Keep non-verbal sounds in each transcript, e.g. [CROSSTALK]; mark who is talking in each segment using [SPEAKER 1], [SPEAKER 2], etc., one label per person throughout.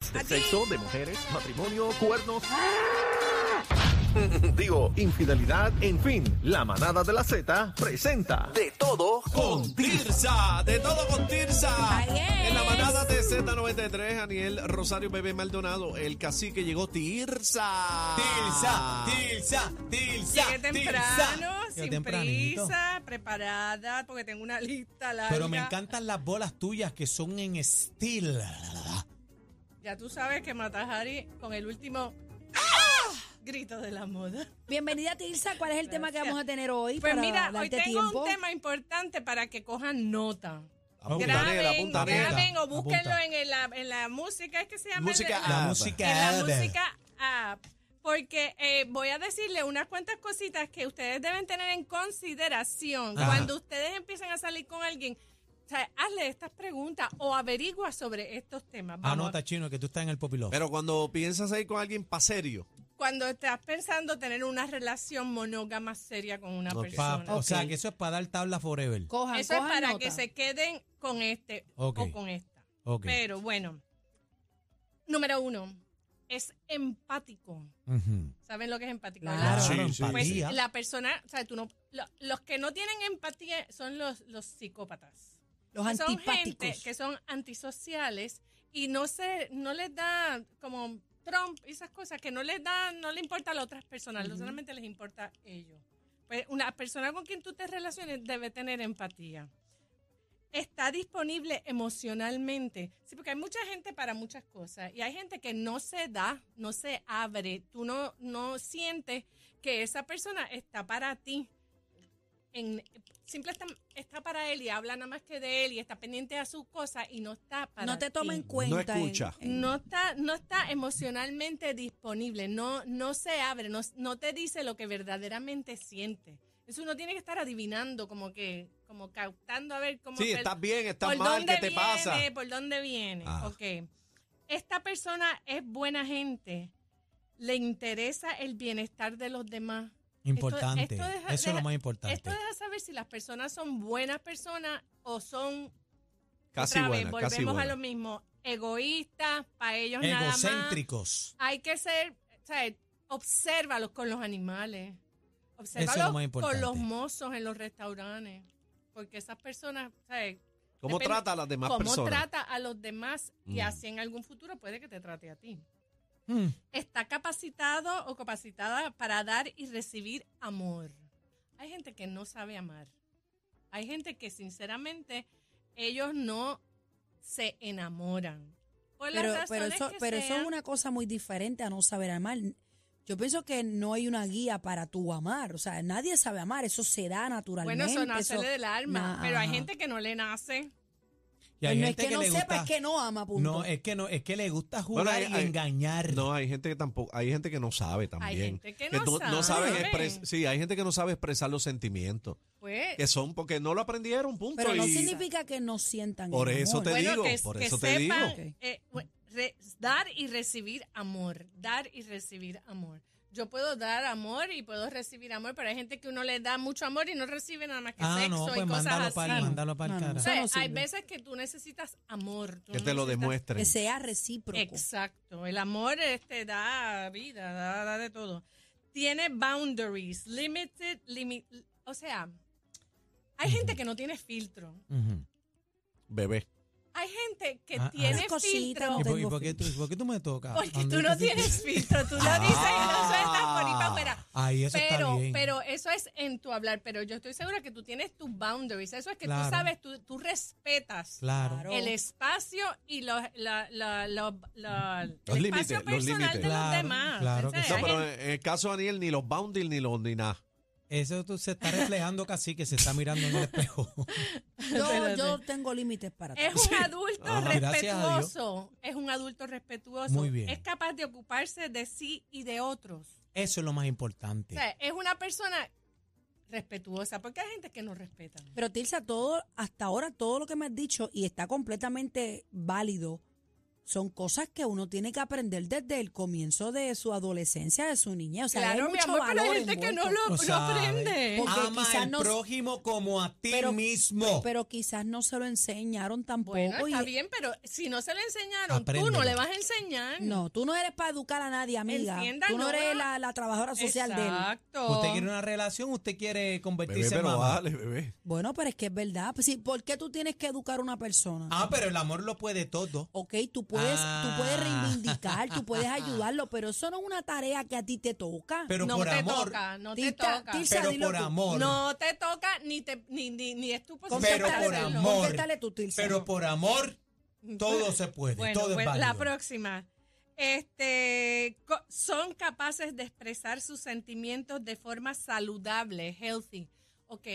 [SPEAKER 1] temas de sexo, de mujeres, matrimonio, cuernos. [LAUGHS] Digo, infidelidad, en fin, la manada de la Z presenta de todo
[SPEAKER 2] con Tirsa, de todo con Tirsa.
[SPEAKER 3] Ahí es.
[SPEAKER 2] En la manada de Z93, Aniel Rosario Bebé Maldonado, el cacique llegó Tirsa.
[SPEAKER 4] Ah.
[SPEAKER 5] Tilsa, Tilsa, Tilsa.
[SPEAKER 3] Llegué temprano,
[SPEAKER 5] Llegué
[SPEAKER 3] sin
[SPEAKER 5] tempranito.
[SPEAKER 3] prisa, preparada, porque tengo una lista larga.
[SPEAKER 5] Pero me encantan las bolas tuyas que son en steel.
[SPEAKER 3] Ya tú sabes que Matajari con el último grito de la moda.
[SPEAKER 4] Bienvenida, Tilsa. ¿Cuál es el tema que
[SPEAKER 3] Gracias.
[SPEAKER 4] vamos a tener hoy?
[SPEAKER 3] Pues
[SPEAKER 4] para
[SPEAKER 3] mira, hoy
[SPEAKER 4] darte
[SPEAKER 3] tengo
[SPEAKER 4] tiempo?
[SPEAKER 3] un tema importante para que cojan nota.
[SPEAKER 2] Apunta, nena,
[SPEAKER 3] Graben,
[SPEAKER 2] apunta, nena.
[SPEAKER 3] graben o búsquenlo
[SPEAKER 5] Apunta.
[SPEAKER 3] en, el- la, en la música, es que se llama.
[SPEAKER 2] Música
[SPEAKER 3] el-
[SPEAKER 2] Ah,
[SPEAKER 5] La
[SPEAKER 4] pues.
[SPEAKER 3] en
[SPEAKER 5] música. Ah,
[SPEAKER 3] la
[SPEAKER 5] árabe.
[SPEAKER 3] música app. Porque eh, voy a decirle unas cuantas cositas que ustedes deben tener en consideración
[SPEAKER 5] Ajá.
[SPEAKER 3] cuando ustedes empiezan a salir con alguien. o sea, hazle estas preguntas o averigua sobre estos temas. Vamos.
[SPEAKER 5] Anota, chino, que tú estás en el popiló.
[SPEAKER 2] Pero cuando piensas ir con alguien pa' serio,
[SPEAKER 3] Cuando estás pensando tener una relación monógama seria con una
[SPEAKER 2] Ok.
[SPEAKER 3] persona.
[SPEAKER 5] O sea,
[SPEAKER 4] Ok.
[SPEAKER 5] que eso es para dar tabla forever.
[SPEAKER 4] Cojan,
[SPEAKER 3] Eso es
[SPEAKER 4] cojan
[SPEAKER 3] para
[SPEAKER 4] nota.
[SPEAKER 3] que se queden con este
[SPEAKER 5] Ok.
[SPEAKER 3] o con esta.
[SPEAKER 5] Ok.
[SPEAKER 3] Pero bueno. Número uno, es empático.
[SPEAKER 5] Ujú.
[SPEAKER 3] ¿Saben lo que es empático?
[SPEAKER 4] Claro.
[SPEAKER 2] Sí,
[SPEAKER 5] Claro,
[SPEAKER 2] sí,
[SPEAKER 3] Pues
[SPEAKER 5] empatía.
[SPEAKER 3] la persona, o sea, tú no, lo- los que no tienen empatía son los, los psicópatas.
[SPEAKER 4] Los
[SPEAKER 3] Que son
[SPEAKER 4] antipáticos.
[SPEAKER 3] gente que son antisociales y no se, no les da como Trump y esas cosas que no les da, no le importa a las otras personas, no
[SPEAKER 4] Ujú.
[SPEAKER 3] solamente les importa a ellos. Pues una persona con quien tú te relaciones debe tener empatía. Está disponible emocionalmente. Sí, porque hay mucha gente para muchas cosas y hay gente que no se da, no se abre. Tú no, no sientes que esa persona está para ti. En, simple está, está para él y habla nada más que de él y está pendiente a sus cosas y no está para
[SPEAKER 4] No te
[SPEAKER 3] ti.
[SPEAKER 4] tomen en cuenta. en-
[SPEAKER 2] escucha.
[SPEAKER 4] en-
[SPEAKER 3] No está, no está emocionalmente disponible, no, no se abre, no, no te dice lo que verdaderamente siente. Eso uno tiene que estar adivinando, como que, como captando a ver cómo
[SPEAKER 2] sí,
[SPEAKER 3] que-
[SPEAKER 2] estás bien, estás
[SPEAKER 3] por
[SPEAKER 2] mal,
[SPEAKER 3] dónde
[SPEAKER 2] ¿qué te
[SPEAKER 3] viene,
[SPEAKER 2] pasa?
[SPEAKER 3] por dónde viene.
[SPEAKER 2] Ah.
[SPEAKER 3] Ok. Esta persona es buena gente, le interesa el bienestar de los demás.
[SPEAKER 5] Importante.
[SPEAKER 3] esto deja-
[SPEAKER 5] eso es lo
[SPEAKER 3] deja-
[SPEAKER 5] más importante.
[SPEAKER 3] Esto deja saber si las personas son buenas personas o son
[SPEAKER 2] Casi
[SPEAKER 3] otra vez,
[SPEAKER 2] buena,
[SPEAKER 3] volvemos
[SPEAKER 2] casi buena.
[SPEAKER 3] a lo mismo, egoístas, para ellos nada más.
[SPEAKER 5] Egocéntricos.
[SPEAKER 3] Hay que ser, o sea, obsérvalos con los animales.
[SPEAKER 5] Eso es
[SPEAKER 3] Obsérvalos
[SPEAKER 5] lo más importante.
[SPEAKER 3] con los mozos en los restaurantes, porque esas personas, o sea,
[SPEAKER 2] ¿Cómo
[SPEAKER 3] depende-
[SPEAKER 2] trata a las demás
[SPEAKER 3] cómo
[SPEAKER 2] personas?
[SPEAKER 3] trata a los demás y
[SPEAKER 2] Mm.
[SPEAKER 3] así en algún futuro puede que te trate a ti.
[SPEAKER 5] Mm.
[SPEAKER 3] Está capacitado o capacitada para dar y recibir amor. Hay gente que no sabe amar. Hay gente que sinceramente ellos no se enamoran. Por las
[SPEAKER 4] Pero,
[SPEAKER 3] razones
[SPEAKER 4] pero, eso,
[SPEAKER 3] que
[SPEAKER 4] pero eso es
[SPEAKER 3] sean.
[SPEAKER 4] una cosa muy diferente a no saber amar. Yo pienso que no hay una guía para tu amar. O sea, nadie sabe amar. Eso se da naturalmente.
[SPEAKER 3] Bueno, eso nace
[SPEAKER 4] eso-
[SPEAKER 3] del alma,
[SPEAKER 4] na-
[SPEAKER 3] pero hay
[SPEAKER 4] ajá.
[SPEAKER 3] gente que no le nace.
[SPEAKER 5] Y hay
[SPEAKER 4] Pues no es
[SPEAKER 5] gente
[SPEAKER 4] que, no
[SPEAKER 5] le
[SPEAKER 4] sepa,
[SPEAKER 5] gusta-
[SPEAKER 4] es que no ama, punto.
[SPEAKER 5] No, eh, es que no, es que le gusta jugar
[SPEAKER 2] Bueno, hay-
[SPEAKER 5] y
[SPEAKER 2] hay-
[SPEAKER 5] engañar.
[SPEAKER 2] No, hay gente que tampoco, hay gente que no sabe también.
[SPEAKER 3] gente que no
[SPEAKER 2] saben
[SPEAKER 3] sabe.
[SPEAKER 2] expres- sí, hay gente que no sabe expresar los sentimientos,
[SPEAKER 3] Pues,
[SPEAKER 2] que son porque no lo aprendieron, punto.
[SPEAKER 4] pero no
[SPEAKER 2] y-
[SPEAKER 4] significa que no sientan
[SPEAKER 2] Por
[SPEAKER 4] el
[SPEAKER 2] eso
[SPEAKER 4] amor.
[SPEAKER 2] te
[SPEAKER 3] bueno,
[SPEAKER 2] digo,
[SPEAKER 3] que,
[SPEAKER 2] por
[SPEAKER 3] que
[SPEAKER 2] eso te
[SPEAKER 3] sepan
[SPEAKER 4] digo.
[SPEAKER 3] eh, bu- re- dar y recibir amor, dar y recibir amor. Yo puedo dar amor y puedo recibir amor, pero hay gente que uno le da mucho amor y no recibe nada más que
[SPEAKER 5] ah,
[SPEAKER 3] sexo
[SPEAKER 5] no,
[SPEAKER 3] y
[SPEAKER 5] pues
[SPEAKER 3] cosas
[SPEAKER 5] mándalo
[SPEAKER 3] así.
[SPEAKER 5] para el, mándalo para
[SPEAKER 4] No, no,
[SPEAKER 5] cara.
[SPEAKER 3] O sea,
[SPEAKER 4] Eso no
[SPEAKER 3] hay
[SPEAKER 4] sirve.
[SPEAKER 3] veces que tú necesitas amor. tú
[SPEAKER 2] que te lo
[SPEAKER 3] necesitas-
[SPEAKER 2] demuestren.
[SPEAKER 4] Que sea recíproco.
[SPEAKER 3] Exacto, el amor este da vida, da, da de todo. Tiene boundaries, limited, limit, o sea, hay gente que no tiene filtro.
[SPEAKER 5] Ujú.
[SPEAKER 2] Bebé.
[SPEAKER 3] Hay gente que
[SPEAKER 5] Ah, ah.
[SPEAKER 3] tiene
[SPEAKER 4] Una cosita,
[SPEAKER 3] filtro.
[SPEAKER 5] ¿Y,
[SPEAKER 4] No
[SPEAKER 5] por, y
[SPEAKER 4] tengo
[SPEAKER 5] por qué tú,
[SPEAKER 4] filtro.
[SPEAKER 5] por qué tú me tocas?
[SPEAKER 3] Porque
[SPEAKER 5] Ando
[SPEAKER 3] tú no
[SPEAKER 5] que-
[SPEAKER 3] tienes filtro, tú lo dices y lo sueltas por ahí para afuera.
[SPEAKER 5] Ay, eso está
[SPEAKER 3] Pero,
[SPEAKER 5] bien.
[SPEAKER 3] pero eso es en tu hablar, pero yo estoy segura que tú tienes tus boundaries, eso es que tú
[SPEAKER 5] Claro.
[SPEAKER 3] sabes, tú, tú respetas
[SPEAKER 5] claro.
[SPEAKER 4] Claro.
[SPEAKER 3] el espacio y los, la- la- la- la-
[SPEAKER 2] Los
[SPEAKER 3] el
[SPEAKER 2] límites,
[SPEAKER 3] espacio
[SPEAKER 2] los límites.
[SPEAKER 3] personal de los
[SPEAKER 5] Claro,
[SPEAKER 3] demás.
[SPEAKER 5] claro
[SPEAKER 3] O sea,
[SPEAKER 5] que sí.
[SPEAKER 2] No,
[SPEAKER 3] hay
[SPEAKER 2] pero
[SPEAKER 3] gente-
[SPEAKER 2] en el caso de Daniel, ni los boundaries ni los ni nada.
[SPEAKER 5] Eso tú se está reflejando casi que se está mirando en el espejo. [LAUGHS]
[SPEAKER 4] Yo,
[SPEAKER 3] [LAUGHS] Espérate.
[SPEAKER 4] yo tengo límites para ti.
[SPEAKER 3] Es un adulto
[SPEAKER 5] Ajá. Ah, Gracias a Dios.
[SPEAKER 3] respetuoso. Es un adulto respetuoso.
[SPEAKER 5] Muy bien.
[SPEAKER 3] Es capaz de ocuparse de sí y de otros.
[SPEAKER 5] Eso es lo más importante.
[SPEAKER 3] O sea, es una persona respetuosa, porque hay gente que no respeta.
[SPEAKER 4] Pero Tilsa, todo, hasta ahora todo lo que me has dicho y está completamente válido son cosas que uno tiene que aprender desde el comienzo de su adolescencia, de su niñez. O sea, hay
[SPEAKER 3] claro, mi
[SPEAKER 4] mucho
[SPEAKER 3] amor, pero hay
[SPEAKER 4] valor
[SPEAKER 3] gente que no
[SPEAKER 4] envuelto.
[SPEAKER 3] lo no
[SPEAKER 5] O sea,
[SPEAKER 3] aprende.
[SPEAKER 4] Porque
[SPEAKER 5] Ama
[SPEAKER 4] quizás
[SPEAKER 5] al
[SPEAKER 4] no-
[SPEAKER 5] prójimo como a ti
[SPEAKER 4] Pero-
[SPEAKER 5] mismo.
[SPEAKER 4] Pero quizás no se lo enseñaron tampoco.
[SPEAKER 3] Bueno, está
[SPEAKER 4] y-
[SPEAKER 3] bien, pero si no se le enseñaron, tú no
[SPEAKER 5] Apréndelo.
[SPEAKER 3] le vas a enseñar.
[SPEAKER 4] No, tú no eres para educar a nadie, amiga.
[SPEAKER 3] Entienda,
[SPEAKER 4] tú no
[SPEAKER 3] no.
[SPEAKER 4] eres la, la trabajadora social de él.
[SPEAKER 3] Exacto.
[SPEAKER 5] Usted quiere una relación, usted quiere
[SPEAKER 2] Bebé,
[SPEAKER 5] convertirse en
[SPEAKER 2] pero
[SPEAKER 5] mamá.
[SPEAKER 2] vale, bebé.
[SPEAKER 4] Bueno, pero es que es verdad. Pues sí, ¿Por qué tú tienes que educar a una persona?
[SPEAKER 5] Ah, pero el amor lo puede todo.
[SPEAKER 4] Ok, tú puedes,
[SPEAKER 5] Ah.
[SPEAKER 4] tú puedes reivindicar,
[SPEAKER 5] [LAUGHS]
[SPEAKER 4] tú puedes ayudarlo, pero eso no es una tarea que a ti te toca.
[SPEAKER 5] Pero
[SPEAKER 3] no
[SPEAKER 5] por
[SPEAKER 3] te
[SPEAKER 5] amor.
[SPEAKER 3] toca, no te
[SPEAKER 4] Tirsa-
[SPEAKER 3] toca.
[SPEAKER 4] Tirsa,
[SPEAKER 5] Pero
[SPEAKER 4] dilo
[SPEAKER 5] por
[SPEAKER 4] tú.
[SPEAKER 5] amor.
[SPEAKER 3] No te toca ni te ni, ni, ni es tu posición.
[SPEAKER 5] Pero
[SPEAKER 3] para
[SPEAKER 5] por
[SPEAKER 3] hacerlo.
[SPEAKER 5] amor.
[SPEAKER 4] Contéstale tú, Tirsa.
[SPEAKER 5] Pero por amor, todo se puede.
[SPEAKER 3] Bueno,
[SPEAKER 5] todo
[SPEAKER 3] pues,
[SPEAKER 5] es válido.
[SPEAKER 3] la próxima. Este, co- son capaces de expresar sus sentimientos de forma saludable, healthy. Ok.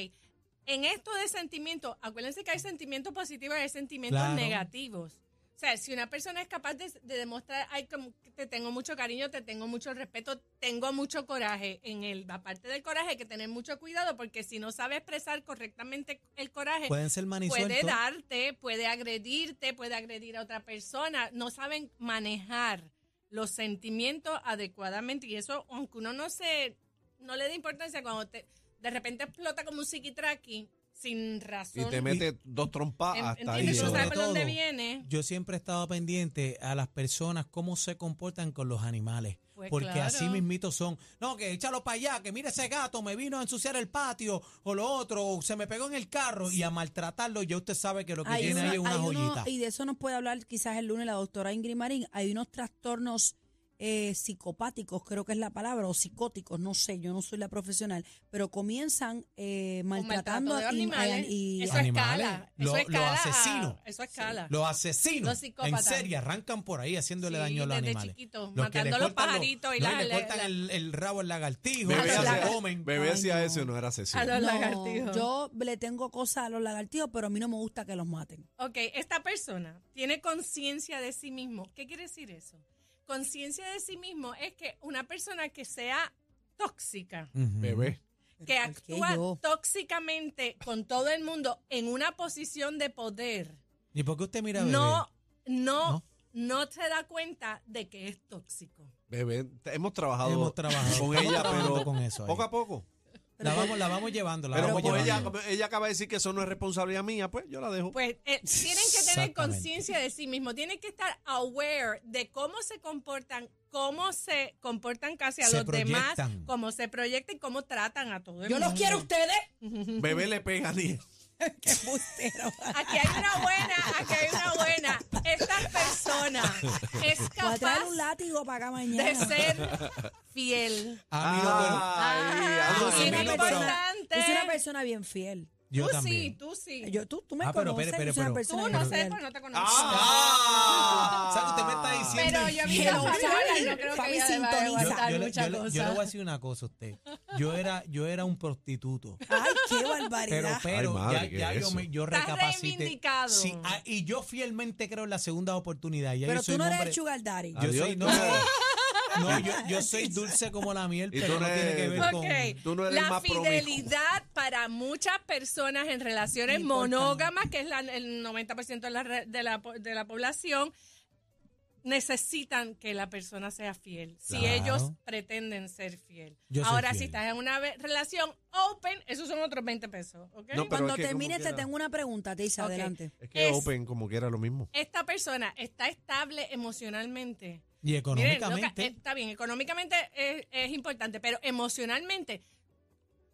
[SPEAKER 3] En esto de sentimientos, acuérdense que hay sentimientos positivos y hay sentimientos
[SPEAKER 5] Claro.
[SPEAKER 3] negativos. O sea, si una persona es capaz de, de demostrar, ay, como que te tengo mucho cariño, te tengo mucho respeto, tengo mucho coraje en él. Aparte del coraje, hay que tener mucho cuidado porque si no sabe expresar correctamente el coraje,
[SPEAKER 5] Pueden ser manisueltos.
[SPEAKER 3] puede darte, puede agredirte, puede agredir a otra persona. No saben manejar los sentimientos adecuadamente y eso, aunque uno no se, no le dé importancia cuando te, de repente explota como un psiquitraqui sin razón.
[SPEAKER 2] Y te mete dos trompas
[SPEAKER 5] Em-
[SPEAKER 3] En-
[SPEAKER 2] hasta ahí.
[SPEAKER 3] ¿entiendes? Tú no
[SPEAKER 5] Sobre
[SPEAKER 3] sabes
[SPEAKER 2] bebé.
[SPEAKER 3] por dónde
[SPEAKER 5] todo,
[SPEAKER 3] viene.
[SPEAKER 5] Yo siempre he estado pendiente a las personas, cómo se comportan con los animales.
[SPEAKER 3] Pues
[SPEAKER 5] porque
[SPEAKER 3] claro.
[SPEAKER 5] así mismitos son. No, que échalo para allá, que mira ese gato, me vino a ensuciar el patio, o lo otro, o se me pegó en el carro y a maltratarlo. Ya usted sabe que lo que
[SPEAKER 4] Hay
[SPEAKER 5] tiene
[SPEAKER 4] una-
[SPEAKER 5] ahí es una
[SPEAKER 4] hay uno-
[SPEAKER 5] joyita.
[SPEAKER 4] y de eso nos puede hablar quizás el lunes la doctora Ingrid Marín. Hay unos trastornos eh, psicopáticos, creo que es la palabra, o psicóticos, no sé, yo no soy la profesional, pero comienzan eh,
[SPEAKER 3] Con
[SPEAKER 4] maltratando
[SPEAKER 3] maltrato de
[SPEAKER 4] a y-
[SPEAKER 3] animales.
[SPEAKER 4] y-
[SPEAKER 3] eso
[SPEAKER 5] animales.
[SPEAKER 3] escala.
[SPEAKER 5] Lo-
[SPEAKER 3] eso
[SPEAKER 5] lo
[SPEAKER 3] escala. a-
[SPEAKER 5] asesino.
[SPEAKER 3] eso escala.
[SPEAKER 5] Los asesinos,
[SPEAKER 3] Los
[SPEAKER 5] en
[SPEAKER 3] psicópatas.
[SPEAKER 5] serie, arrancan por ahí haciéndole
[SPEAKER 3] Sí,
[SPEAKER 5] daño a los
[SPEAKER 3] desde
[SPEAKER 5] animales.
[SPEAKER 3] chiquitos,
[SPEAKER 5] que le
[SPEAKER 3] matando a los
[SPEAKER 5] cortan
[SPEAKER 3] pajarito y
[SPEAKER 5] no,
[SPEAKER 3] las-
[SPEAKER 5] le cortan
[SPEAKER 3] las-
[SPEAKER 5] el, el rabo al lagartijo,
[SPEAKER 2] Bebé
[SPEAKER 4] Ay,
[SPEAKER 5] se
[SPEAKER 2] hacía-
[SPEAKER 5] lo
[SPEAKER 4] lagartijas.
[SPEAKER 5] comen.
[SPEAKER 2] bebé
[SPEAKER 4] Ay,
[SPEAKER 2] hacía
[SPEAKER 4] no.
[SPEAKER 2] eso y no era asesino.
[SPEAKER 3] A los
[SPEAKER 4] No,
[SPEAKER 3] lagartijos.
[SPEAKER 4] yo le tengo cosas a los lagartijos, pero a mí no me gusta que los maten.
[SPEAKER 3] Ok, esta persona tiene conciencia de sí mismo. ¿Qué quiere decir eso? Conciencia de sí mismo es que una persona que sea tóxica,
[SPEAKER 5] Ujú.
[SPEAKER 2] Bebé.
[SPEAKER 3] que
[SPEAKER 4] ¿Por qué
[SPEAKER 3] actúa
[SPEAKER 4] yo?
[SPEAKER 3] tóxicamente con todo el mundo en una posición de poder,
[SPEAKER 5] ¿Y por qué usted mira a bebé?
[SPEAKER 3] no, no,
[SPEAKER 5] ¿No?
[SPEAKER 3] no se da cuenta de que es tóxico.
[SPEAKER 2] Bebé, te- hemos trabajado,
[SPEAKER 5] Hemos trabajado, [LAUGHS]
[SPEAKER 2] con
[SPEAKER 5] estamos
[SPEAKER 2] ella,
[SPEAKER 5] trabajando
[SPEAKER 2] pero
[SPEAKER 5] con eso ahí.
[SPEAKER 2] poco a poco.
[SPEAKER 5] La vamos, la
[SPEAKER 3] [LAUGHS]
[SPEAKER 5] vamos llevando, la
[SPEAKER 2] Pero
[SPEAKER 5] vamos
[SPEAKER 2] como ella,
[SPEAKER 5] llevando.
[SPEAKER 2] ella acaba de decir que eso no es responsabilidad mía, pues yo la dejo.
[SPEAKER 3] Pues eh, tienen que tener
[SPEAKER 5] Exactamente.
[SPEAKER 3] conciencia de sí mismo, tienen que estar aware de cómo se comportan, cómo se comportan casi a
[SPEAKER 5] Se
[SPEAKER 3] los demás,
[SPEAKER 5] proyectan.
[SPEAKER 3] cómo se proyectan y cómo tratan a todo el
[SPEAKER 4] Yo los
[SPEAKER 3] mundo.
[SPEAKER 4] quiero a ustedes.
[SPEAKER 3] [LAUGHS]
[SPEAKER 2] Bebé le pega a Aniel.
[SPEAKER 4] Qué embustero.
[SPEAKER 3] Aquí hay una buena, aquí hay una buena. Esta persona es
[SPEAKER 4] Voy a
[SPEAKER 3] capaz
[SPEAKER 4] traer un látigo para acá mañana.
[SPEAKER 3] de
[SPEAKER 4] [LAUGHS]
[SPEAKER 3] ser fiel.
[SPEAKER 5] Ah, mira, pero-
[SPEAKER 3] Ah,
[SPEAKER 5] ah,
[SPEAKER 3] eso es
[SPEAKER 5] mira, pero-
[SPEAKER 3] importante.
[SPEAKER 4] Yo soy una persona bien fiel.
[SPEAKER 5] yo
[SPEAKER 3] tú
[SPEAKER 5] también.
[SPEAKER 3] sí, tú sí.
[SPEAKER 4] Yo, tú, tú me
[SPEAKER 5] Ah, pero,
[SPEAKER 4] conoces,
[SPEAKER 5] pero,
[SPEAKER 4] yo soy una
[SPEAKER 5] pero,
[SPEAKER 4] persona
[SPEAKER 3] tú
[SPEAKER 4] bien
[SPEAKER 3] no sé,
[SPEAKER 4] fiel.
[SPEAKER 3] pues no te conozco.
[SPEAKER 2] Ah.
[SPEAKER 5] O sea, que usted me está diciendo.
[SPEAKER 3] Pero yo vi
[SPEAKER 4] Fiel.
[SPEAKER 3] que no sabe, yo creo
[SPEAKER 4] Fabi
[SPEAKER 3] que ella deba de
[SPEAKER 4] sintoniza.
[SPEAKER 5] Yo-
[SPEAKER 3] aguantar
[SPEAKER 5] yo le-
[SPEAKER 3] muchas
[SPEAKER 5] yo le-
[SPEAKER 3] cosas.
[SPEAKER 5] yo le voy a decir una cosa a usted. Yo era, yo era
[SPEAKER 3] [LAUGHS]
[SPEAKER 5] un prostituto.
[SPEAKER 4] Ay, qué
[SPEAKER 5] Pero, pues,
[SPEAKER 4] barbaridad.
[SPEAKER 5] pero,
[SPEAKER 2] Ay, madre, ¿qué
[SPEAKER 5] ya, ya
[SPEAKER 2] es
[SPEAKER 5] yo,
[SPEAKER 2] eso?
[SPEAKER 5] me, yo
[SPEAKER 3] Estás
[SPEAKER 5] recapacité.
[SPEAKER 3] reivindicado.
[SPEAKER 5] Sí, ah, y yo fielmente creo en la segunda oportunidad. Ya
[SPEAKER 4] Pero
[SPEAKER 5] yo soy
[SPEAKER 4] tú no
[SPEAKER 5] un
[SPEAKER 4] eres el
[SPEAKER 5] hombre-
[SPEAKER 4] sugar daddy.
[SPEAKER 5] Yo
[SPEAKER 2] Adiós,
[SPEAKER 5] soy,
[SPEAKER 2] tú
[SPEAKER 5] no,
[SPEAKER 2] eres-
[SPEAKER 5] [LAUGHS] no, yo,
[SPEAKER 3] [LAUGHS]
[SPEAKER 5] yo soy dulce como la miel,
[SPEAKER 2] Y tú
[SPEAKER 5] pero no
[SPEAKER 2] eres-
[SPEAKER 5] tiene que ver con.
[SPEAKER 3] Ok,
[SPEAKER 2] Pues Tú no eres el
[SPEAKER 3] la
[SPEAKER 2] más promiscuo.
[SPEAKER 3] fidelidad para muchas personas en relaciones
[SPEAKER 4] Importante.
[SPEAKER 3] monógamas, que es la- el 90% de la, re- de, la, po- de la población, necesitan que la persona sea fiel, si
[SPEAKER 5] Claro.
[SPEAKER 3] ellos pretenden ser fiel.
[SPEAKER 5] Yo soy
[SPEAKER 3] Ahora,
[SPEAKER 5] fiel.
[SPEAKER 3] si estás en una ve- relación open, esos son otros 20 pesos, ¿ok?
[SPEAKER 2] No, pero-
[SPEAKER 4] Cuando
[SPEAKER 2] es que como
[SPEAKER 4] termines te
[SPEAKER 2] quiera.
[SPEAKER 4] tengo una pregunta, Tisa,
[SPEAKER 3] Ok.
[SPEAKER 4] adelante.
[SPEAKER 2] Es que
[SPEAKER 3] Es-
[SPEAKER 2] Open como que era lo mismo.
[SPEAKER 3] Esta persona está estable emocionalmente.
[SPEAKER 5] Y
[SPEAKER 3] Miren, no ca-
[SPEAKER 5] económicamente.
[SPEAKER 3] eh, está bien, económicamente es, es importante, pero emocionalmente.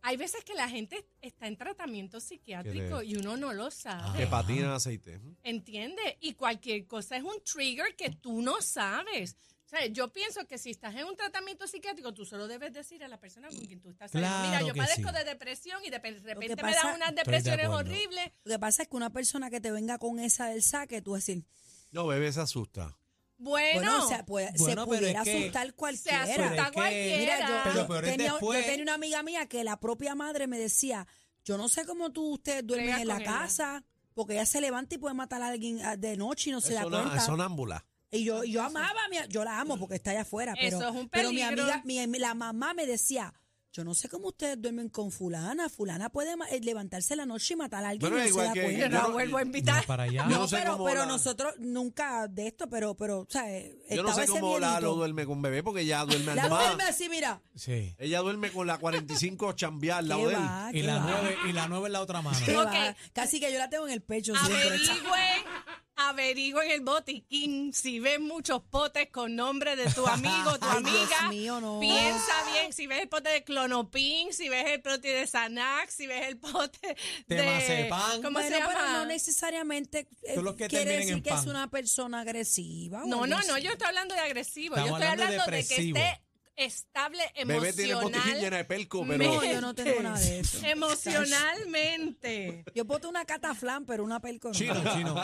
[SPEAKER 3] Hay veces que la gente está en tratamiento psiquiátrico
[SPEAKER 2] Que
[SPEAKER 3] y uno no lo
[SPEAKER 2] Que
[SPEAKER 3] sabe.
[SPEAKER 5] Ah.
[SPEAKER 2] patina en aceite.
[SPEAKER 3] ¿Entiendes? Y cualquier cosa es un trigger que tú no sabes. O sea, yo pienso que si estás en un tratamiento psiquiátrico, tú solo debes decir a la persona con quien tú estás. saliendo,
[SPEAKER 5] Claro
[SPEAKER 3] Mira, yo
[SPEAKER 5] que
[SPEAKER 3] padezco
[SPEAKER 5] sí.
[SPEAKER 3] de depresión y de pe- repente me
[SPEAKER 4] pasa-
[SPEAKER 3] dan unas
[SPEAKER 5] de
[SPEAKER 3] depresiones
[SPEAKER 5] acuerdo.
[SPEAKER 3] horribles.
[SPEAKER 4] Lo que pasa es que una persona que te venga con esa del saque, tú decir,
[SPEAKER 2] No, bebé se asusta.
[SPEAKER 3] Bueno,
[SPEAKER 4] bueno, se, puede- se
[SPEAKER 5] Bueno, pero
[SPEAKER 4] pudiera
[SPEAKER 5] es que-
[SPEAKER 4] asustar
[SPEAKER 3] se
[SPEAKER 4] cualquiera.
[SPEAKER 5] pero es
[SPEAKER 3] asusta
[SPEAKER 5] que-
[SPEAKER 3] cualquiera.
[SPEAKER 4] Mira, yo,
[SPEAKER 5] Pero
[SPEAKER 4] yo
[SPEAKER 5] peor es
[SPEAKER 4] tenía, yo
[SPEAKER 5] después.
[SPEAKER 4] tenía una amiga mía que la propia madre me decía, yo no sé cómo tú ustedes duermen
[SPEAKER 3] Brega
[SPEAKER 4] en
[SPEAKER 3] con
[SPEAKER 4] la
[SPEAKER 3] ella.
[SPEAKER 4] casa, porque ella se levanta y puede matar a alguien ah, de noche y no se da
[SPEAKER 2] Es sona-
[SPEAKER 4] cuenta.
[SPEAKER 2] es sonámbula.
[SPEAKER 4] Y yo, yo amaba, a mi- yo la amo porque está allá afuera, pero,
[SPEAKER 3] Eso es un
[SPEAKER 4] pero mi
[SPEAKER 3] peligro.
[SPEAKER 4] amiga, mi, la mamá me decía, Yo no sé cómo ustedes duermen con fulana. Fulana puede ma- eh, levantarse la noche y matar a alguien.
[SPEAKER 2] Bueno,
[SPEAKER 4] y no
[SPEAKER 2] igual
[SPEAKER 4] se da
[SPEAKER 2] que-
[SPEAKER 4] cuenta.
[SPEAKER 3] Yo
[SPEAKER 2] yo
[SPEAKER 3] la
[SPEAKER 2] no-
[SPEAKER 3] vuelvo a
[SPEAKER 5] Mira
[SPEAKER 3] invitar. [LAUGHS]
[SPEAKER 5] para allá.
[SPEAKER 2] Yo no sé
[SPEAKER 4] pero
[SPEAKER 2] cómo
[SPEAKER 4] pero
[SPEAKER 2] la-
[SPEAKER 4] nosotros nunca de esto, pero, pero, o sea,
[SPEAKER 2] Yo no
[SPEAKER 4] estaba
[SPEAKER 2] sé
[SPEAKER 4] ese
[SPEAKER 2] cómo la lo
[SPEAKER 4] miedito.
[SPEAKER 2] duerme con bebé porque ella duerme
[SPEAKER 4] La
[SPEAKER 2] al más.
[SPEAKER 4] duerme así, mira.
[SPEAKER 5] Sí.
[SPEAKER 2] Ella duerme con la 45 chambear al lado
[SPEAKER 4] ¿Qué
[SPEAKER 2] de él.
[SPEAKER 3] Ah,
[SPEAKER 4] va?
[SPEAKER 5] Y
[SPEAKER 4] ¿Qué
[SPEAKER 5] la,
[SPEAKER 4] va?
[SPEAKER 5] nueve, y la nueve en la
[SPEAKER 3] [LAUGHS]
[SPEAKER 5] otra mano.
[SPEAKER 4] ¿Qué va?
[SPEAKER 3] Ok.
[SPEAKER 4] Casi que yo la tengo en el pecho. siempre.
[SPEAKER 3] Averigüen, averigüen el botiquín. Si ven muchos potes con nombre de tu amigo, tu
[SPEAKER 4] [LAUGHS] Ay, Dios
[SPEAKER 3] amiga,
[SPEAKER 4] mío, no.
[SPEAKER 3] piensa bien. Si ves el pote de clonopin, si ves el pote de Sanax, si ves el pote de...
[SPEAKER 5] Temazepam.
[SPEAKER 3] ¿Cómo
[SPEAKER 4] Bueno,
[SPEAKER 3] se llama?
[SPEAKER 4] pero no necesariamente eh,
[SPEAKER 5] Son los que
[SPEAKER 4] quiere
[SPEAKER 5] terminan en
[SPEAKER 4] decir que es
[SPEAKER 5] pan.
[SPEAKER 4] una persona agresiva. o
[SPEAKER 3] No,
[SPEAKER 4] algo
[SPEAKER 3] no, no,
[SPEAKER 4] así.
[SPEAKER 3] yo estoy hablando de agresivo.
[SPEAKER 5] Estamos
[SPEAKER 3] yo estoy
[SPEAKER 5] hablando de
[SPEAKER 3] hablando de que
[SPEAKER 5] depresivo.
[SPEAKER 3] esté estable
[SPEAKER 2] Bebé tiene botiquín llena
[SPEAKER 3] emocional.
[SPEAKER 2] de pelco, pero.
[SPEAKER 4] No, yo no tengo nada de eso.
[SPEAKER 3] [LAUGHS] Emocionalmente.
[SPEAKER 4] Yo boto una cataflán, pero una pelco no.
[SPEAKER 5] Chino, chino.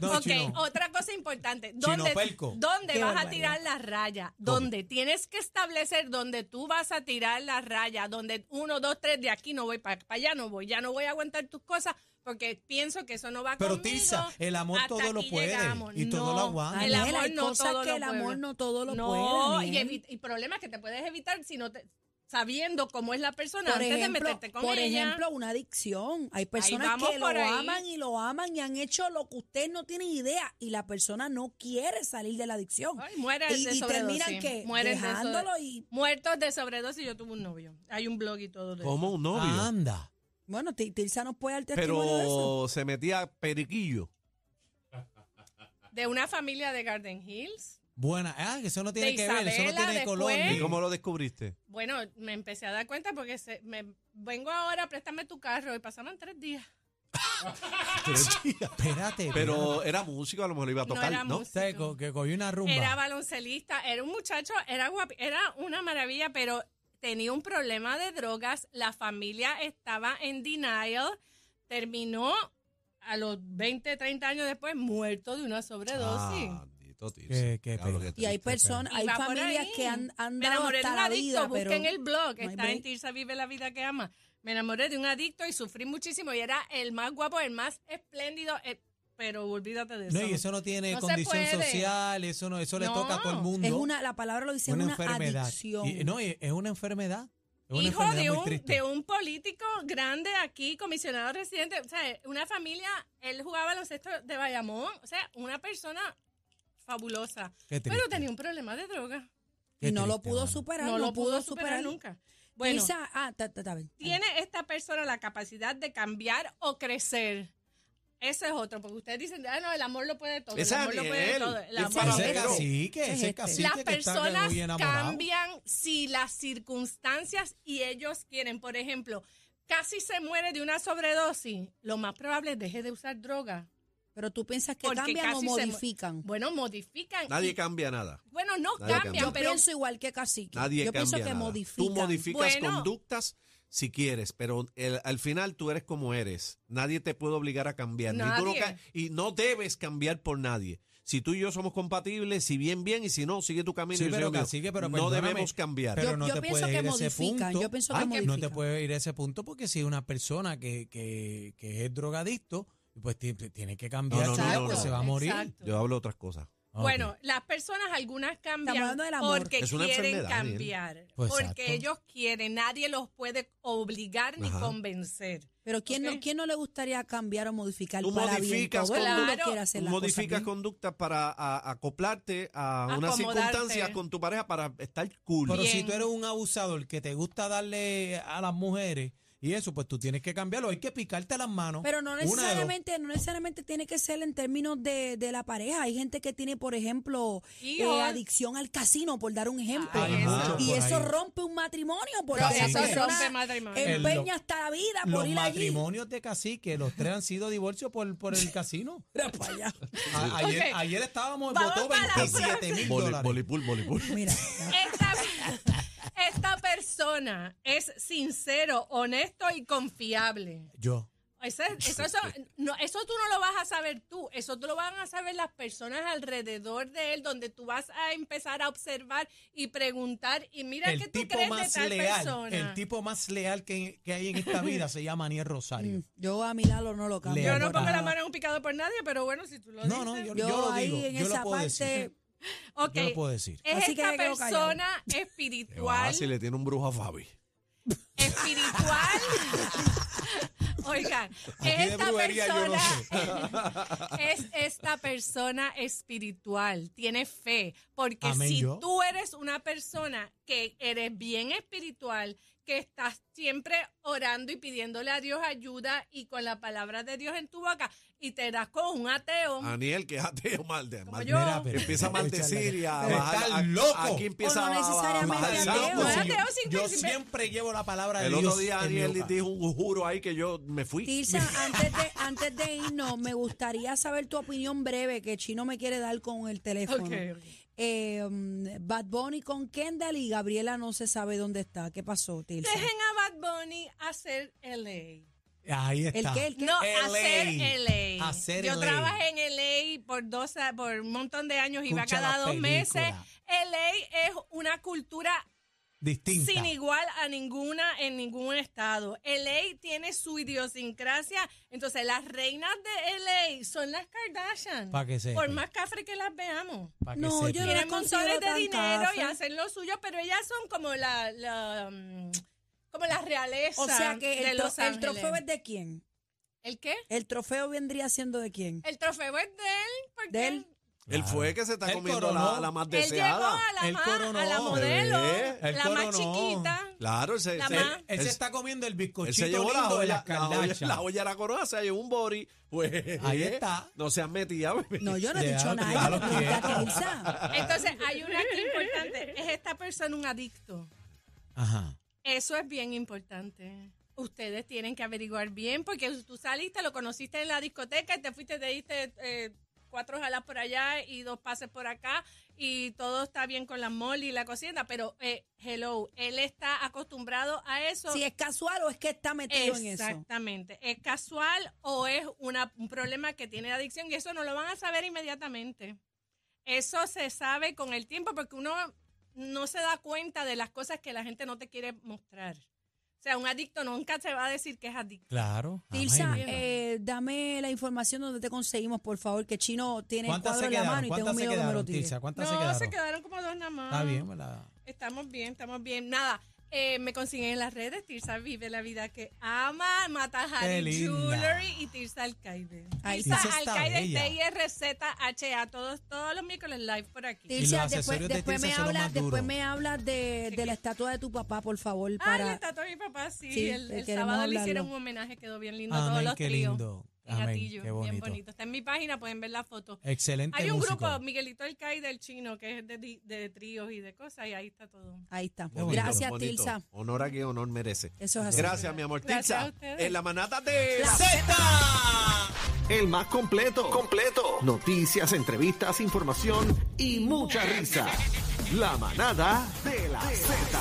[SPEAKER 5] No,
[SPEAKER 3] ok,
[SPEAKER 5] chino.
[SPEAKER 3] otra cosa importante.
[SPEAKER 5] Chino
[SPEAKER 3] ¿Dónde,
[SPEAKER 5] Pelco.
[SPEAKER 3] dónde
[SPEAKER 4] Qué
[SPEAKER 3] vas a
[SPEAKER 4] barbaridad.
[SPEAKER 3] tirar la raya? Donde tienes que establecer dónde tú vas a tirar la raya. Donde uno, dos, tres, de aquí no voy para allá, no voy. Ya no voy a aguantar tus cosas porque pienso que eso no va
[SPEAKER 5] Pero,
[SPEAKER 3] conmigo.
[SPEAKER 5] Tirsa, el amor
[SPEAKER 3] Hasta
[SPEAKER 5] todo lo
[SPEAKER 3] aquí
[SPEAKER 5] puede
[SPEAKER 3] llegamos.
[SPEAKER 5] y
[SPEAKER 3] No,
[SPEAKER 5] todo lo aguanta.
[SPEAKER 3] El
[SPEAKER 4] Daniel,
[SPEAKER 3] amor
[SPEAKER 4] Ah, hay
[SPEAKER 3] no
[SPEAKER 4] cosas
[SPEAKER 3] todo
[SPEAKER 4] que
[SPEAKER 3] lo
[SPEAKER 4] el amor
[SPEAKER 3] puede.
[SPEAKER 4] no todo lo
[SPEAKER 3] No,
[SPEAKER 4] puede,
[SPEAKER 3] y,
[SPEAKER 4] Daniel.
[SPEAKER 3] evi- y problemas que te puedes evitar si no te sabiendo cómo es la persona
[SPEAKER 4] Por
[SPEAKER 3] antes de
[SPEAKER 4] ejemplo,
[SPEAKER 3] meterte con
[SPEAKER 4] por
[SPEAKER 3] ella.
[SPEAKER 4] ejemplo, una adicción. Hay personas
[SPEAKER 3] vamos
[SPEAKER 4] que lo
[SPEAKER 3] por ahí.
[SPEAKER 4] aman y lo aman y han hecho lo que ustedes no tienen idea y la persona no quiere salir de la adicción.
[SPEAKER 3] Ay, mueren
[SPEAKER 4] y,
[SPEAKER 3] de
[SPEAKER 4] y
[SPEAKER 3] sobredosis.
[SPEAKER 4] terminan que
[SPEAKER 3] Mueren de
[SPEAKER 4] dejándolo
[SPEAKER 3] sobre-
[SPEAKER 4] y
[SPEAKER 3] Muertos de sobredosis, yo tuve un novio. Hay un blog y todo de eso.
[SPEAKER 2] Como un novio.
[SPEAKER 4] Ah,
[SPEAKER 5] Anda.
[SPEAKER 4] bueno, Ti- Tirsa nos puede dar testimonio de eso.
[SPEAKER 2] pero se metía periquillo.
[SPEAKER 3] De una familia de Garden Hills.
[SPEAKER 5] Buena. Ah, que eso no tiene
[SPEAKER 3] De
[SPEAKER 5] que ver. Eso no
[SPEAKER 3] Isabela,
[SPEAKER 5] tiene
[SPEAKER 3] después.
[SPEAKER 5] color.
[SPEAKER 2] ¿Y
[SPEAKER 5] ni- [LAUGHS]
[SPEAKER 2] cómo lo descubriste?
[SPEAKER 3] Bueno, me empecé a dar cuenta porque se- me vengo ahora, préstame tu carro y pasaron tres días.
[SPEAKER 5] Espérate. espérate.
[SPEAKER 2] Pero era músico, a lo mejor lo iba a
[SPEAKER 3] No
[SPEAKER 2] tocar,
[SPEAKER 3] era
[SPEAKER 2] ¿no?
[SPEAKER 5] O sea, co- que cogí una rumba.
[SPEAKER 3] Era baloncelista, era un muchacho, era guapi, era una maravilla, pero tenía un problema de drogas, la familia estaba en denial, terminó a los 20, 30 años después muerto de una sobredosis.
[SPEAKER 2] Ah, bendito, Tirsa.
[SPEAKER 5] Qué- qué
[SPEAKER 2] Diablo,
[SPEAKER 5] pena.
[SPEAKER 2] qué
[SPEAKER 4] Y hay
[SPEAKER 2] triste,
[SPEAKER 4] personas,
[SPEAKER 3] Y
[SPEAKER 4] hay
[SPEAKER 3] va por
[SPEAKER 4] familias
[SPEAKER 3] ahí.
[SPEAKER 4] que han, han
[SPEAKER 3] Me
[SPEAKER 4] dado
[SPEAKER 3] enamoré de
[SPEAKER 4] hasta
[SPEAKER 3] un
[SPEAKER 4] la
[SPEAKER 3] adicto,
[SPEAKER 4] vida, pero
[SPEAKER 3] busquen el blog,
[SPEAKER 4] no hay
[SPEAKER 3] está en
[SPEAKER 4] break.
[SPEAKER 3] Tirsa Vive la Vida que Ama. Me enamoré de un adicto y sufrí muchísimo y era el más guapo, el más espléndido, eh, pero olvídate de eso.
[SPEAKER 5] No, y eso no tiene
[SPEAKER 3] No se
[SPEAKER 5] condición
[SPEAKER 3] puede.
[SPEAKER 5] social, eso no, eso le
[SPEAKER 3] No.
[SPEAKER 5] toca a todo el mundo.
[SPEAKER 4] es una, la palabra lo dice, es
[SPEAKER 5] Una
[SPEAKER 4] una,
[SPEAKER 5] enfermedad.
[SPEAKER 4] adicción.
[SPEAKER 5] Y- no, y- es una enfermedad. Es una
[SPEAKER 3] Hijo
[SPEAKER 5] enfermedad
[SPEAKER 3] de
[SPEAKER 5] muy
[SPEAKER 3] un,
[SPEAKER 5] triste.
[SPEAKER 3] de un político grande aquí, comisionado residente, o sea, una familia, él jugaba baloncesto de Bayamón, o sea, una persona fabulosa,
[SPEAKER 5] Qué triste,
[SPEAKER 3] pero tenía un problema de droga.
[SPEAKER 5] qué
[SPEAKER 4] y no lo
[SPEAKER 5] triste,
[SPEAKER 4] pudo
[SPEAKER 5] mano.
[SPEAKER 4] superar,
[SPEAKER 3] no lo pudo superar,
[SPEAKER 4] superar.
[SPEAKER 3] nunca. Bueno,
[SPEAKER 4] Tirsa- ah, está- está- está bien.
[SPEAKER 3] ¿tiene esta persona la capacidad de cambiar o crecer? Eso es otro, porque ustedes dicen, ah, no, el amor lo puede todo, el
[SPEAKER 2] Ese
[SPEAKER 3] amor lo puede
[SPEAKER 2] Daniel,
[SPEAKER 3] todo. el
[SPEAKER 2] ese
[SPEAKER 3] amor
[SPEAKER 2] Para
[SPEAKER 3] lo
[SPEAKER 5] Ese
[SPEAKER 3] puede
[SPEAKER 2] Daniel.
[SPEAKER 3] todo.
[SPEAKER 5] cacique,
[SPEAKER 4] Es
[SPEAKER 5] ese
[SPEAKER 4] este.
[SPEAKER 5] cacique
[SPEAKER 3] Las
[SPEAKER 5] que está
[SPEAKER 3] personas
[SPEAKER 5] muy enamorado.
[SPEAKER 3] cambian si las circunstancias y ellos quieren. Por ejemplo, casi se muere de una sobredosis. Lo más probable es deje de usar droga.
[SPEAKER 4] Pero tú piensas que
[SPEAKER 3] Porque
[SPEAKER 4] cambian o
[SPEAKER 3] casi se mu-
[SPEAKER 4] modifican.
[SPEAKER 3] Bueno, modifican.
[SPEAKER 2] no. Nadie
[SPEAKER 3] y-
[SPEAKER 2] cambia nada.
[SPEAKER 3] bueno, no
[SPEAKER 2] Nadie
[SPEAKER 3] cambian,
[SPEAKER 2] cambia.
[SPEAKER 4] Yo
[SPEAKER 3] pero
[SPEAKER 4] pienso igual que Cacique.
[SPEAKER 2] Nadie
[SPEAKER 4] Yo pienso
[SPEAKER 2] cambia
[SPEAKER 4] que
[SPEAKER 2] nada.
[SPEAKER 4] modifican.
[SPEAKER 2] Tú modificas
[SPEAKER 3] Bueno.
[SPEAKER 2] conductas si quieres, pero el- al final tú eres como eres. Nadie te puede obligar a cambiar. Ni tú no
[SPEAKER 3] Nadie.
[SPEAKER 2] ca- y no debes cambiar por nadie. Si tú y yo somos compatibles, si bien, bien, y si no, sigue tu camino.
[SPEAKER 5] Sí,
[SPEAKER 2] y yo
[SPEAKER 5] pero
[SPEAKER 2] sigo el mío.
[SPEAKER 5] cacique, pero
[SPEAKER 2] no
[SPEAKER 5] perdóname,
[SPEAKER 2] debemos cambiar.
[SPEAKER 5] Pero
[SPEAKER 4] Yo-
[SPEAKER 5] no
[SPEAKER 4] yo
[SPEAKER 5] te
[SPEAKER 4] pienso
[SPEAKER 5] puede
[SPEAKER 4] que
[SPEAKER 5] ir a ese
[SPEAKER 4] modifican,
[SPEAKER 5] punto.
[SPEAKER 4] yo pienso que
[SPEAKER 5] Ah, No te
[SPEAKER 4] modifican.
[SPEAKER 5] puede ir a ese punto porque si una persona que, que, que es drogadicto, pues ti- tiene que cambiar,
[SPEAKER 2] No, no, no,
[SPEAKER 5] ¿sabes?
[SPEAKER 2] no,
[SPEAKER 5] Porque
[SPEAKER 2] no.
[SPEAKER 5] se va a morir.
[SPEAKER 3] Exacto.
[SPEAKER 2] Yo hablo otras cosas.
[SPEAKER 5] Ah, ok.
[SPEAKER 3] Bueno, las personas algunas cambian
[SPEAKER 4] hablando del amor.
[SPEAKER 3] porque
[SPEAKER 2] Es una
[SPEAKER 3] quieren
[SPEAKER 2] enfermedad, Daniel.
[SPEAKER 3] cambiar,
[SPEAKER 5] Pues exacto.
[SPEAKER 3] porque ellos quieren, nadie los puede obligar ni
[SPEAKER 2] Ajá.
[SPEAKER 3] convencer.
[SPEAKER 4] Pero ¿quién,
[SPEAKER 3] Ok.
[SPEAKER 4] no, ¿quién no le gustaría cambiar o modificar
[SPEAKER 2] Tú
[SPEAKER 4] para
[SPEAKER 2] modificas
[SPEAKER 4] bien? Todo el mundo
[SPEAKER 3] Claro.
[SPEAKER 4] quiere hacer
[SPEAKER 2] Tú
[SPEAKER 4] las cosas
[SPEAKER 2] modificas
[SPEAKER 4] bien.
[SPEAKER 2] conductas para a- acoplarte a unas
[SPEAKER 3] Acomodarte.
[SPEAKER 2] circunstancias con tu pareja para estar cool.
[SPEAKER 5] Pero si
[SPEAKER 3] Bien.
[SPEAKER 5] tú eres un abusador que te gusta darle a las mujeres y eso, pues tú tienes que cambiarlo. Hay que picarte las manos.
[SPEAKER 4] Pero no
[SPEAKER 5] Una de dos.
[SPEAKER 4] necesariamente, no necesariamente tiene que ser en términos de, de la pareja. Hay gente que tiene, por ejemplo,
[SPEAKER 3] Hijos.
[SPEAKER 4] eh, adicción al casino, por dar un ejemplo.
[SPEAKER 3] Ay,
[SPEAKER 5] Ajá.
[SPEAKER 4] y
[SPEAKER 5] por
[SPEAKER 4] eso
[SPEAKER 5] ahí.
[SPEAKER 4] rompe un matrimonio, porque
[SPEAKER 5] Pero
[SPEAKER 4] la
[SPEAKER 5] eso
[SPEAKER 4] persona
[SPEAKER 3] rompe matrimonio.
[SPEAKER 5] El- lo-
[SPEAKER 4] empeña hasta la vida por
[SPEAKER 5] Los
[SPEAKER 4] ir allí.
[SPEAKER 5] matrimonios de cacique, los tres han sido divorcios por, por el casino.
[SPEAKER 3] [LAUGHS]
[SPEAKER 4] Mira para allá.
[SPEAKER 5] A- ayer,
[SPEAKER 3] Ok.
[SPEAKER 5] ayer estábamos en
[SPEAKER 3] Vamos
[SPEAKER 5] votó
[SPEAKER 3] para la
[SPEAKER 5] 27 mil
[SPEAKER 2] Vole-
[SPEAKER 5] dólares.
[SPEAKER 2] Voleibol, voleibol.
[SPEAKER 4] Mira,
[SPEAKER 3] Esta, [LAUGHS] esta persona es sincero, honesto y confiable.
[SPEAKER 5] Yo.
[SPEAKER 3] Eso, es- eso- eso- no, eso tú no lo vas a saber tú, eso tú lo van a saber las personas alrededor de él, donde tú vas a empezar a observar y preguntar y mira qué
[SPEAKER 5] el
[SPEAKER 3] tú
[SPEAKER 5] tipo
[SPEAKER 3] crees de
[SPEAKER 5] más
[SPEAKER 3] tal
[SPEAKER 5] leal,
[SPEAKER 3] persona.
[SPEAKER 5] el tipo más leal que, que hay en esta vida se llama Aniel
[SPEAKER 3] Mm.
[SPEAKER 5] Rosario.
[SPEAKER 4] yo a Milalo no lo cambio.
[SPEAKER 3] yo
[SPEAKER 5] leal,
[SPEAKER 3] no
[SPEAKER 4] por
[SPEAKER 3] pongo
[SPEAKER 4] nada.
[SPEAKER 3] la mano en un picado por nadie, pero bueno, si tú lo
[SPEAKER 5] No,
[SPEAKER 3] dices.
[SPEAKER 5] no, yo, yo
[SPEAKER 4] Yo,
[SPEAKER 5] lo
[SPEAKER 4] ahí
[SPEAKER 5] digo,
[SPEAKER 4] en
[SPEAKER 5] yo
[SPEAKER 4] esa
[SPEAKER 5] lo puedo
[SPEAKER 4] parte
[SPEAKER 5] decir.
[SPEAKER 3] Ok,
[SPEAKER 5] Yo lo puedo decir.
[SPEAKER 3] Es
[SPEAKER 4] Así que
[SPEAKER 3] esta
[SPEAKER 5] [LAUGHS]
[SPEAKER 4] ya quedó callado.
[SPEAKER 3] persona
[SPEAKER 2] Ah,
[SPEAKER 3] espiritual.
[SPEAKER 2] si le tiene un brujo a Fabi.
[SPEAKER 5] [LAUGHS]
[SPEAKER 3] espiritual. Oigan,
[SPEAKER 5] de
[SPEAKER 3] esta
[SPEAKER 5] brujería yo no
[SPEAKER 3] persona [LAUGHS] es esta persona espiritual, tiene fe, porque
[SPEAKER 5] Amén,
[SPEAKER 3] si
[SPEAKER 5] yo.
[SPEAKER 3] tú eres una persona que eres bien espiritual, que estás siempre orando y pidiéndole a Dios ayuda y con la palabra de Dios en tu boca y te das con un ateo,
[SPEAKER 5] Ah.
[SPEAKER 2] Aniel, que es ateo, mal de- mal-
[SPEAKER 3] yo.
[SPEAKER 5] [LAUGHS]
[SPEAKER 2] Empieza a maldecir y a
[SPEAKER 5] Pero
[SPEAKER 2] bajar.
[SPEAKER 5] está
[SPEAKER 2] a-
[SPEAKER 5] loco.
[SPEAKER 2] Aquí empieza
[SPEAKER 4] O no
[SPEAKER 2] a- a- a-
[SPEAKER 4] necesariamente
[SPEAKER 2] bajar el
[SPEAKER 4] ateo.
[SPEAKER 2] santo.
[SPEAKER 3] No es ateo,
[SPEAKER 5] Yo-
[SPEAKER 3] sin-
[SPEAKER 5] Yo
[SPEAKER 3] sin-
[SPEAKER 5] siempre llevo la palabra de
[SPEAKER 2] El
[SPEAKER 5] Dios.
[SPEAKER 2] otro día
[SPEAKER 5] en mi
[SPEAKER 2] Aniel
[SPEAKER 5] boca.
[SPEAKER 2] dijo un juro ahí que yo me fui.
[SPEAKER 4] Tirsa,
[SPEAKER 3] [LAUGHS]
[SPEAKER 4] antes de, antes de irnos, me gustaría saber tu opinión breve que Chino me quiere dar con el teléfono.
[SPEAKER 3] Ok, ok.
[SPEAKER 4] Eh, mm, Bad Bunny con Kendall y Gabriela no se sabe dónde está. ¿Qué pasó, Tirsa?
[SPEAKER 3] dejen a Bad Bunny hacer LA.
[SPEAKER 5] Ahí
[SPEAKER 4] ¿El
[SPEAKER 5] está.
[SPEAKER 4] qué? ¿El qué?
[SPEAKER 3] No,
[SPEAKER 5] LA.
[SPEAKER 3] hacer LA.
[SPEAKER 5] Hacer
[SPEAKER 3] Yo
[SPEAKER 5] LA.
[SPEAKER 3] trabajé en LA por dos, a- por un montón de años, iba
[SPEAKER 5] Escucha la
[SPEAKER 3] cada dos meses.
[SPEAKER 5] película.
[SPEAKER 3] LA es una cultura
[SPEAKER 5] Distinta.
[SPEAKER 3] sin igual a ninguna en ningún estado. LA tiene su idiosincrasia. Entonces, las reinas de LA son las Kardashian.
[SPEAKER 5] Pa' que sepa.
[SPEAKER 3] por más cafre que las veamos.
[SPEAKER 5] Pa' que
[SPEAKER 4] No,
[SPEAKER 5] sepa.
[SPEAKER 4] yo no
[SPEAKER 3] Tienen
[SPEAKER 4] las considero
[SPEAKER 3] montones de
[SPEAKER 4] tan
[SPEAKER 3] dinero y
[SPEAKER 4] cafres.
[SPEAKER 3] hacen lo suyo, pero ellas son como la, la, mm, como la realeza
[SPEAKER 4] O sea que
[SPEAKER 3] de
[SPEAKER 4] el, tro-
[SPEAKER 3] Los
[SPEAKER 4] el trofeo
[SPEAKER 3] Ángeles.
[SPEAKER 4] es de quién?
[SPEAKER 3] ¿El qué?
[SPEAKER 4] ¿El trofeo vendría siendo de quién?
[SPEAKER 3] El trofeo es de él, porque
[SPEAKER 4] De él.
[SPEAKER 3] él
[SPEAKER 2] Él fue que se está
[SPEAKER 5] Él
[SPEAKER 2] comiendo
[SPEAKER 5] coronó.
[SPEAKER 2] la, la más
[SPEAKER 3] Él llegó
[SPEAKER 2] deseada.
[SPEAKER 3] a la,
[SPEAKER 5] Él
[SPEAKER 3] ma-
[SPEAKER 5] coronó,
[SPEAKER 3] a la modelo,
[SPEAKER 2] bebé.
[SPEAKER 5] Él
[SPEAKER 3] la más
[SPEAKER 5] coronó.
[SPEAKER 3] chiquita.
[SPEAKER 2] Claro, él se,
[SPEAKER 3] La
[SPEAKER 2] se-
[SPEAKER 3] más.
[SPEAKER 5] Él
[SPEAKER 2] él-
[SPEAKER 5] se está comiendo el
[SPEAKER 2] él se
[SPEAKER 5] bizcochito
[SPEAKER 2] llevó la
[SPEAKER 5] lindo de
[SPEAKER 2] olla,
[SPEAKER 5] las
[SPEAKER 2] la olla,
[SPEAKER 5] Kardashian.
[SPEAKER 2] la olla de la corona, se llevó un body. Pues,
[SPEAKER 5] Ahí está.
[SPEAKER 2] No se han metido, bebé.
[SPEAKER 4] No, yo no he
[SPEAKER 5] Ya,
[SPEAKER 4] dicho nada.
[SPEAKER 5] déjalo
[SPEAKER 4] no, ya,
[SPEAKER 5] quieto.
[SPEAKER 4] Tirsa.
[SPEAKER 3] Entonces, hay una que es importante. Es esta persona un adicto.
[SPEAKER 5] Ajá.
[SPEAKER 3] Eso es bien importante. Ustedes tienen que averiguar bien, porque tú saliste, lo conociste en la discoteca y te fuiste, te diste eh, cuatro jalas por allá y dos pases por acá y todo está bien con la mall y la cocienda, pero eh, hello, él está acostumbrado a eso.
[SPEAKER 4] Si es casual o es que está metido en eso.
[SPEAKER 3] Exactamente. ¿Es casual o es una- un problema que tiene la adicción? Y eso no lo van a saber inmediatamente. Eso se sabe con el tiempo porque uno no se da cuenta de las cosas que la gente no te quiere mostrar. O sea, un adicto nunca se va a decir que es adicto.
[SPEAKER 4] Ah,
[SPEAKER 5] Claro. Amén,
[SPEAKER 4] Tirsa,
[SPEAKER 5] mira.
[SPEAKER 4] eh, dame la información donde te conseguimos, por favor, que Chino tiene el
[SPEAKER 5] ¿Cuántas
[SPEAKER 4] cuadro
[SPEAKER 5] se
[SPEAKER 4] en la
[SPEAKER 5] quedaron?
[SPEAKER 4] mano y tengo
[SPEAKER 5] ¿Cuántas se
[SPEAKER 4] miedo que me lo
[SPEAKER 5] quedaron,
[SPEAKER 4] tire.
[SPEAKER 5] Tirsa? ¿Cuántas se
[SPEAKER 3] No,
[SPEAKER 5] quedaron?
[SPEAKER 3] se quedaron como dos nada más.
[SPEAKER 5] Está bien, me la-
[SPEAKER 3] Estamos bien, estamos bien. Nada, eh, me consiguen en las redes. Tirsa vive la vida que ama.
[SPEAKER 5] Qué
[SPEAKER 3] Matajari
[SPEAKER 5] linda.
[SPEAKER 3] Jewelry y Tirsa Alcaide.
[SPEAKER 4] Ay,
[SPEAKER 3] Tirsa
[SPEAKER 5] Tirsa está
[SPEAKER 3] Alcaide,
[SPEAKER 5] bella.
[SPEAKER 3] T-I-R-Z-H-A. Todos, todos los miércoles live por aquí.
[SPEAKER 5] Y los
[SPEAKER 4] Tirsa, después,
[SPEAKER 5] accesorios de
[SPEAKER 4] después
[SPEAKER 5] Tirsa
[SPEAKER 4] me
[SPEAKER 5] son lo
[SPEAKER 4] hablas,
[SPEAKER 5] más duro.
[SPEAKER 4] después me hablas de, de la estatua de tu papá, por favor,
[SPEAKER 3] Ay,
[SPEAKER 4] para
[SPEAKER 3] le tatuó a mi papá, sí.
[SPEAKER 4] Sí,
[SPEAKER 3] el
[SPEAKER 4] le
[SPEAKER 3] el
[SPEAKER 4] queremos
[SPEAKER 3] sábado le
[SPEAKER 4] hablarlo.
[SPEAKER 3] hicieron un homenaje, quedó bien lindo a todos
[SPEAKER 5] Amén,
[SPEAKER 3] los
[SPEAKER 5] qué
[SPEAKER 3] tríos.
[SPEAKER 5] lindo.
[SPEAKER 3] En
[SPEAKER 5] Amén,
[SPEAKER 3] Atillo,
[SPEAKER 5] qué
[SPEAKER 3] bien
[SPEAKER 5] bonito.
[SPEAKER 3] bonito. Está en mi página, pueden ver la foto.
[SPEAKER 5] Excelente
[SPEAKER 3] Hay un
[SPEAKER 5] músico.
[SPEAKER 3] grupo, Miguelito Alcaide, el chino, que es de, di- de tríos y de cosas, y ahí está todo.
[SPEAKER 4] Ahí está.
[SPEAKER 5] bonito,
[SPEAKER 4] Gracias,
[SPEAKER 2] Bonito.
[SPEAKER 4] Tirsa.
[SPEAKER 2] Honor a quien honor merece.
[SPEAKER 4] Eso es así.
[SPEAKER 2] Gracias, mi amor.
[SPEAKER 3] Gracias
[SPEAKER 2] Tirsa,
[SPEAKER 3] a ustedes.
[SPEAKER 2] en la manada de...
[SPEAKER 1] El más completo. Completo. Noticias, entrevistas, información y mucha risa. La manada de la Z.